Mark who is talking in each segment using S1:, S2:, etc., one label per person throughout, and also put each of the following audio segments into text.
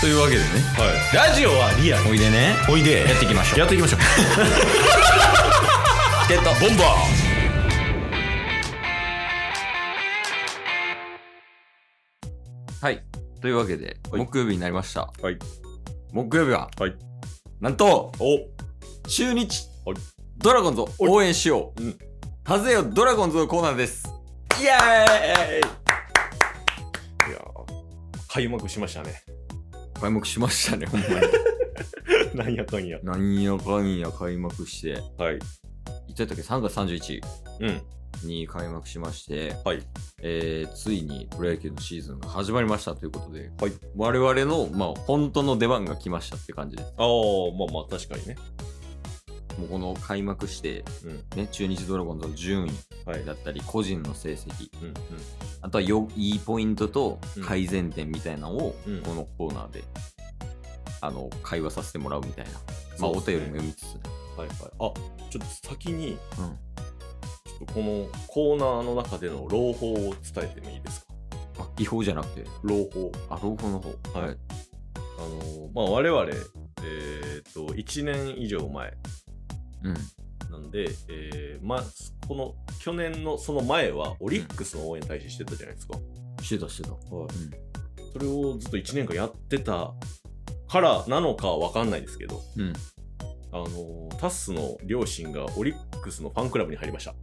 S1: というわけでね
S2: ラジオはリアル
S1: おいでね
S2: おいで
S1: やっていきましょう
S2: やってい きましょう
S1: チケットボンバーはいというわけで、
S2: はい
S1: 木曜日になりました
S2: はい
S1: 木曜日は、
S2: はい
S1: なんと
S2: お
S1: 中日、
S2: はい
S1: ドラゴンズを応援しよう、
S2: うん
S1: 風よドラゴンズのコーナーですイエーイ
S2: いやー開幕しました ね
S1: 開幕しましたねほん まに
S2: なんやかんや
S1: なんやかんや開幕して
S2: は
S1: 言っ
S2: い
S1: てたっけ3月31
S2: うん
S1: に開幕しまして、
S2: はい
S1: えーついにプロ野球のシーズンが始まりましたということで、
S2: はい
S1: 我々の、まあ、本当の出番が来ましたって感じです。
S2: ああまあまあ確かにね
S1: もうこの開幕して、
S2: うん
S1: ね、中日ドラゴンズの順位
S2: はい
S1: だったり、個人の成績、
S2: うん
S1: あとはよいいポイントと
S2: うん
S1: 改善点みたいなのを、
S2: うん
S1: このコーナーで、あの、会話させてもらうみたいな。まあ、
S2: そう
S1: お
S2: ですね
S1: 便りも読みつつね。
S2: はいはいあちょっと先に
S1: うん
S2: ちょっとこのコーナーの中での朗報を伝えてもいいですか
S1: あ、違法じゃなくて、
S2: 朗報
S1: あ、朗報の方。
S2: はいあのーまあ我々えっと1年以上前
S1: うん。
S2: なんで、えーまあ、この去年のその前はオリックスの応援大使してたじゃないですか、
S1: してたしてた。
S2: はい
S1: うん
S2: それをずっと1年間やってたからなのかわかんないですけど、
S1: うん。
S2: あのータッスの両親がオリックスのファンクラブに入りました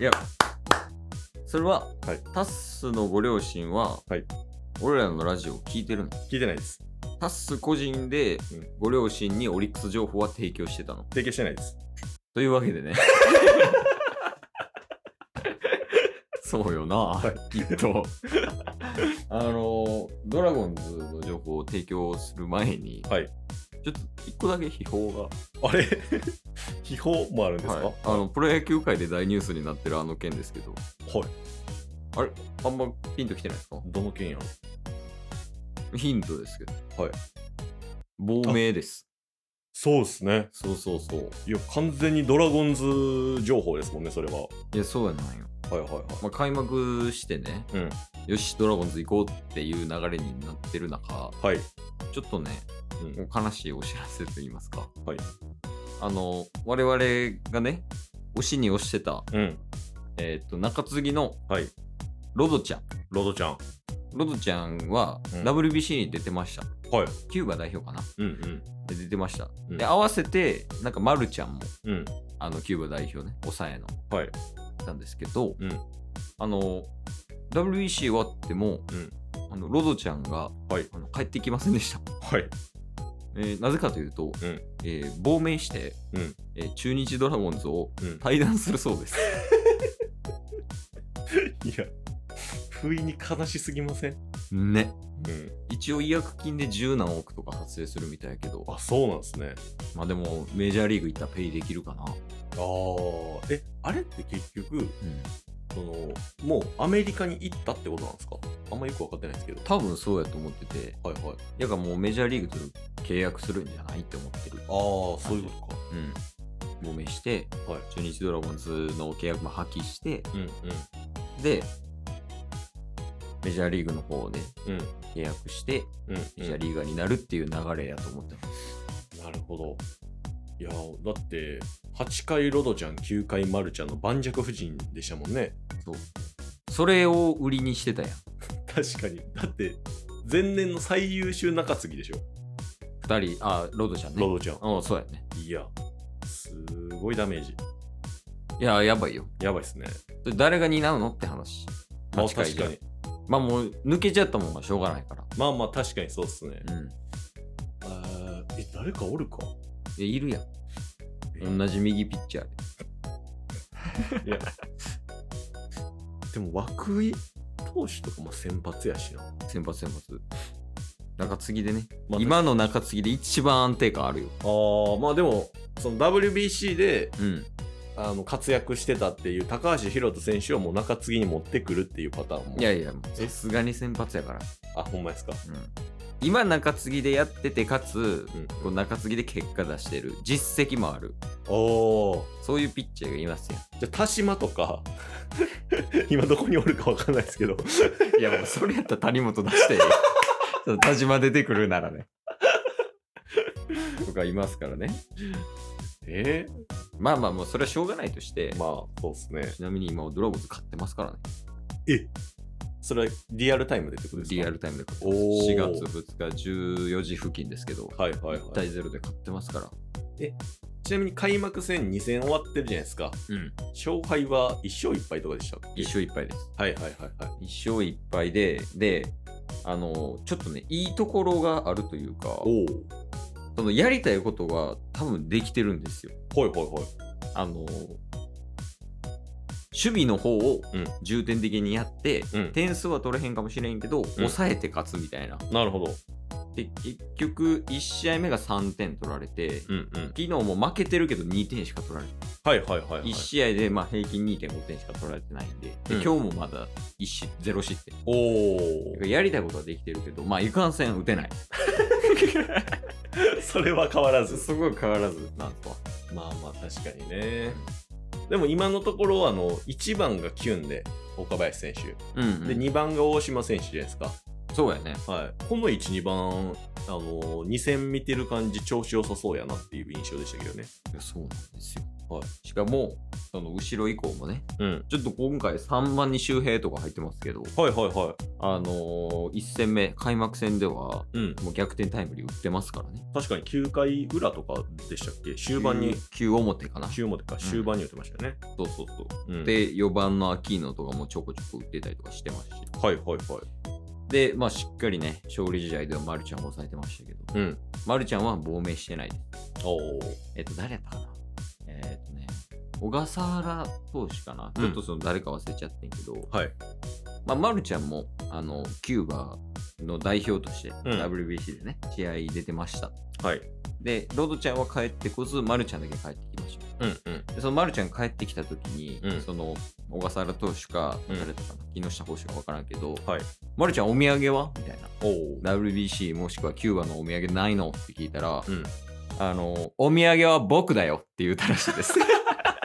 S1: いや、それは、
S2: はい
S1: タッスのご両親は、
S2: はい
S1: 俺らのラジオを聞いてるの
S2: 聞いてないです
S1: タッス個人で
S2: うん
S1: ご両親にオリックス情報は提供してたの。
S2: 提供してないです
S1: というわけで ね。そうよな、きっと。あの、ドラゴンズの情報を提供する前に、
S2: はい
S1: ちょっと一個だけ秘宝が。
S2: あれ 秘宝もあるんですか、
S1: はいあのプロ野球界で大ニュースになってるあの件ですけど、
S2: はい
S1: あれあんまピンときてないですか
S2: どの件やろ
S1: ヒントですけど。
S2: はい。
S1: 亡命です。
S2: そうですね
S1: そうそうそう。
S2: いや完全にドラゴンズ情報ですもんねそれははい
S1: や、そうやないよ。
S2: いはいはい
S1: まあ、開幕してね、
S2: うん
S1: よし、ドラゴンズ行こうっていう流れになってる中、
S2: はい、
S1: ちょっとね、
S2: うん
S1: もう悲しいお知らせと言いますか。
S2: はい。
S1: あの、我々がね、推しに推してた、
S2: うん
S1: えーっと、中継ぎの
S2: はい
S1: ロドちゃん。
S2: ロドちゃん
S1: ロドちゃんは
S2: うん
S1: WBC に出てました。
S2: はい
S1: キューバ代表かな
S2: うんうん
S1: で出てました。
S2: うん
S1: で、合わせて、なんかマルちゃんも、
S2: うん
S1: あの、キューバ代表ね、抑えの。
S2: はい
S1: なんですけど、
S2: うん
S1: あの WBC 終わっても、
S2: うん
S1: あのロドちゃんが、
S2: はい
S1: あの帰ってきませんでした、
S2: はい
S1: えーなぜかというと、
S2: うん
S1: えー亡命して、
S2: うん
S1: えー中日ドラゴンズを
S2: うん
S1: 退団するそうです
S2: いや、 不意に悲しすぎません
S1: ね
S2: うん。
S1: 一応違約金で十何億とか発生するみたいやけど
S2: あ、そうなんですね。
S1: まあでもメジャーリーグ行ったらペイできるかな、
S2: ああ。え、あれって結局、その、もうアメリカに行ったってことなんですかあんまよくわかってないですけど。
S1: 多分そうやと思ってて
S2: はいはい。
S1: やからもうメジャーリーグと契約するんじゃないって思ってる
S2: ああ、そういうこ
S1: うん、亡命して、
S2: はい
S1: 中日ドラゴンズの契約も破棄して
S2: とか。うん
S1: でメジャーリーグの方で
S2: うん。うん。
S1: 契約して
S2: うん、
S1: メジャーリーガーになるっていう流れやと思ってます、
S2: なるほど。いやー、だって、8回ロドちゃん、9回マルちゃんの盤石夫人でしたもんね。
S1: そうそれを売りにしてたやん
S2: 確かに。だって、前年の最優秀中継ぎでしょ、
S1: 2人あロードちゃんね
S2: ロドちゃん。
S1: うんそうやね
S2: いや、すごいダメージ。
S1: いややばいよ
S2: やばいっすね。
S1: それ誰が担うのって話
S2: まあ
S1: 8回
S2: 確
S1: じゃ
S2: かに。
S1: まあもう抜けちゃったもんがしょうがないから
S2: まあまあ確かにそうっすね。
S1: うん
S2: あーえ、誰かおるか
S1: いやいるやん同じ右ピッチャーで
S2: でも涌井投手とかも先発やしな。
S1: 先発先発中継ぎでね、
S2: まあ
S1: 今の中継ぎで一番安定感あるよ
S2: あーまあでも、その WBC で
S1: うん
S2: あの活躍してたっていう高橋宏斗選手をもう中継ぎに持ってくるっていうパターンも。
S1: いやいや、もう
S2: え
S1: さすがに先発やから。
S2: あ、ほんまですか。
S1: うん。今中継ぎでやっててかつ、
S2: うん
S1: こう中継ぎで結果出してる実績もある
S2: おー
S1: そういうピッチャーがいますよ
S2: じゃあ田島とか 今どこにおるかわかんないですけど
S1: いやもうそれやったら谷本出 してよその田島出てくるならねとかいますからね
S2: え
S1: まあまあもうそれはしょうがないとして、
S2: ー、まあそうっすね
S1: ちなみに今ドラゴンズ買ってますからね
S2: えそれはリアルタイムでってことですか
S1: リアルタイムで買ってます
S2: おー
S1: 4月2日14時付近ですけど、
S2: はいはい
S1: 1
S2: はい
S1: 対0で買ってますから
S2: ちなみに開幕戦2戦終わってるじゃないですか
S1: うん
S2: 勝敗は1勝1敗とかでしたっけ
S1: 一勝一敗です
S2: はいはいはいはい
S1: 一勝一敗で、で、あの、ちょっとね、いいところがあるというか、
S2: お
S1: そのやりたいことは多分できてるんですよ。
S2: おはいはいはい
S1: あの、守備の方を
S2: うん
S1: 重点的にやって、
S2: うん
S1: 点数は取れへんかもしれんけど、抑えて勝つみたいな。
S2: なるほど
S1: で、結局、1試合目が3点取られて、
S2: うんうん
S1: 昨日も負けてるけど2点しか取られて
S2: はいはいはいはい
S1: 1試合でまあ平均2.5点しか取られてないんで、で
S2: うん
S1: 今日もまだ1失0失点。
S2: おお
S1: やりたいことはできてるけど、まあ、いかんせん打てない。
S2: それは変わら
S1: すごい変わらずなんですわ。
S2: まあまあ確かにねでも今のところあの1番がキュンで岡林選手
S1: うん、
S2: で2番が大島選手じゃないですか、
S1: そうやね。
S2: はい、この12番あの2戦見てる感じ調子良さそうやなっていう印象でしたけどね
S1: そうなんですよ。
S2: はい
S1: しかも、その後ろ以降もね、
S2: うん
S1: ちょっと今回3番に周平とか入ってますけど、
S2: はいはいは
S1: あのー、1戦目、開幕戦では、
S2: いうん
S1: もう逆転タイムリー打ってますからね。
S2: 確かに9回裏とかでしたっけ終盤に
S1: 9表かな。そう
S2: 終表か終盤に打ってましたよね、
S1: そうそう。
S2: うん
S1: で、4番のアキーノとかもちょこちょこ打ってたりとかしてますし。
S2: はいはいはい
S1: で、まあしっかりね、勝利試合では丸ちゃんを抑えてましたけど、
S2: うん
S1: 丸ちゃんは亡命してないです。
S2: おお
S1: えっと、誰だったかなえっとね、小笠原投手かな、
S2: うん
S1: ちょっとその誰か忘れちゃってんけど、
S2: はい
S1: まあ、まるちゃんも、あの、キューバの代表として、
S2: ん
S1: WBC でね、試合出てました。
S2: はい
S1: で、ロドちゃんは帰ってこず、まるちゃんだけ帰ってきまし
S2: うんうん
S1: た。で、そのまるちゃんが帰ってきた時に、
S2: うん
S1: その、小笠原投手か、
S2: うん
S1: 誰だったかな、木下投手か分からんけど、
S2: はい
S1: まるちゃんお土産はみたいな。
S2: お お
S1: WBC もしくはキューバのお土産ないのって聞いたら、
S2: うん
S1: あのお土産は僕だよって言うたらしいです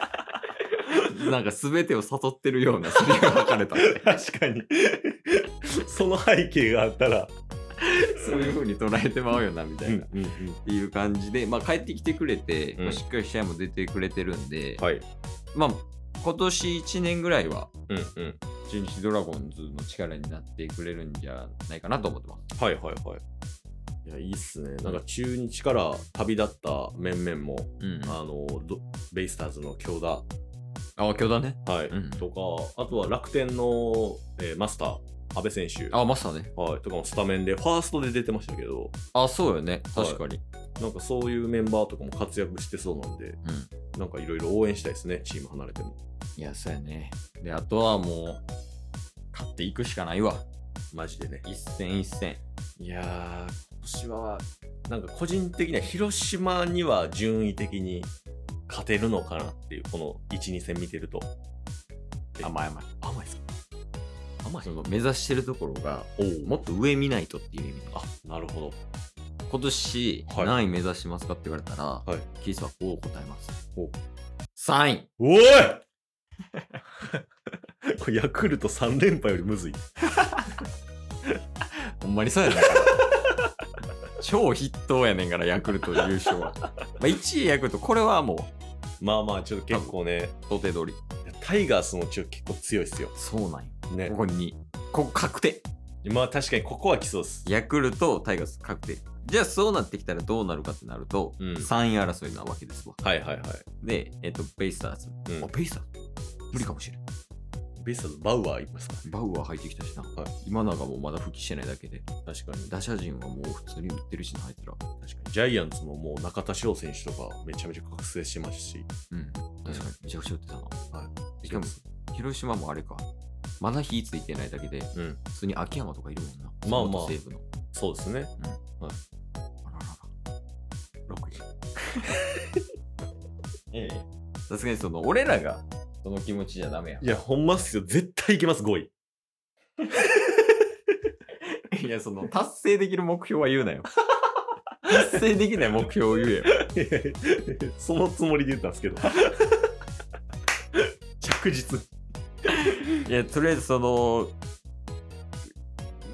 S1: なんか全てを悟ってるようなそれが分かれたんで
S2: 確かに その背景があったら
S1: そういう風に捉えてまうよなみたいな、っ
S2: うんうん
S1: ていう感じで、まあ、帰ってきてくれて、
S2: うん
S1: まあ、しっかり試合も出てくれてるんで、
S2: はい
S1: まあ今年1年ぐらいは
S2: うんうん
S1: 中日ドラゴンズの力になってくれるんじゃないかなと思ってます
S2: はいはいはいいやいいっすねなんか中日から旅立った面々も、
S1: うん
S2: あのどベイスターズの京田
S1: あ今日だね
S2: はい、
S1: うん
S2: とか、あとは楽天の、えーマスター、阿部選手、
S1: あマスターね
S2: はい、とかもスタメンで、ファーストで出てましたけど、
S1: あそうよね確かに、
S2: なんかそういうメンバーとかも活躍してそうなん
S1: う
S2: で、
S1: ん
S2: なんかいろいろ応援したいですね、チーム離れても。
S1: いや、そうやね。で、あとはもう、勝っていくしかないわ。
S2: マジでね。
S1: 一戦一戦。
S2: いやー、今年は、なんか個人的には広島には順位的に勝てるのかなっていう、この1、2戦見てると。
S1: 甘い甘い。
S2: 甘いですか甘い
S1: その目指してるところが、
S2: おー
S1: もっと上見ないとっていう意味で。
S2: あ、なるほど。
S1: 今年、
S2: はい
S1: 何位目指しますかって言われたら、
S2: はい
S1: キースはこう答えます。
S2: お
S1: 3位
S2: お いこれヤクルト3連覇よりむずい。
S1: ほんまにそうやね 超筆頭やねんから、ヤクルト優勝 は。まあ、1位ヤクルト、これはも
S2: まあまあ、ちょっと結構ね、
S1: う、到底通り。
S2: タイガースもちょっと結構強いっすよ。
S1: そうなんよ。
S2: ね
S1: こ。こに、ここ確定。
S2: まあ確かにここは来そうっす。
S1: ヤクルト、タイガース確定。じゃあそうなってきたらどうなるかってなると、
S2: うん
S1: 3位争いなわけですわ。
S2: はいはいはい。
S1: で、えっと、ベイスターズ。
S2: うん
S1: あ、ベイスターズ無理かもしれん。
S2: ベイスターズ、バウアーいますか
S1: バウアー入ってきたしな。
S2: はい
S1: 今永もまだ復帰してないだけで。
S2: 確かに。
S1: 打者陣はもう普通に打ってるしな、あいつら。
S2: 確かに。ジャイアンツももう中田翔選手とかめちゃめちゃ覚醒してますし。
S1: うん。確かに、めちゃくちゃ打ってたな。
S2: はい。
S1: しかも、広島もあれか。まだ火ついてないだけで、
S2: うん。
S1: 普通に秋山とかいるもんな。
S2: まあまあ
S1: 元西武の。
S2: そうですね。
S1: あららら
S2: 6人。
S1: ええ。さすがにその、俺らが、その気持ちじゃダメやん
S2: い。や、ほんまっすよ。絶対いけます、5位。
S1: いや、その、達成できる目標は言うな よ。達成できない目標を言えよ。
S2: そのつもりで言ったんですけど。 着実に。
S1: いや、とりあえずその、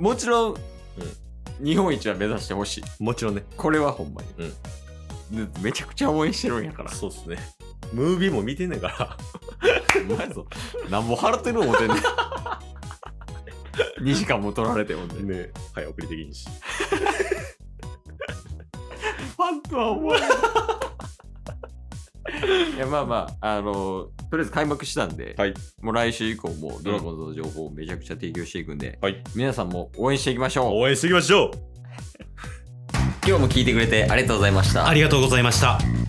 S1: もちろん、日本一は目指してほしい。
S2: もちろんね。
S1: これはほんまに。でめちゃくちゃ応援してるんやから。
S2: そうっすね。ムービーも見てんねんから。
S1: お前ぞ。なんぼ払ってる思てんねん。2時間も取られてもね。
S2: ね。早送りできんし。
S1: ファンとは思わない。いやまあまあ、あのとりあえず開幕したんで、
S2: はい
S1: もう来週以降もドラゴンズの情報をめちゃくちゃ提供していくんで、
S2: はい
S1: 皆さんも応援していきましょう
S2: 応援していきましょう
S1: 今日も聞いてくれてありがとうございました
S3: ありがとうございました。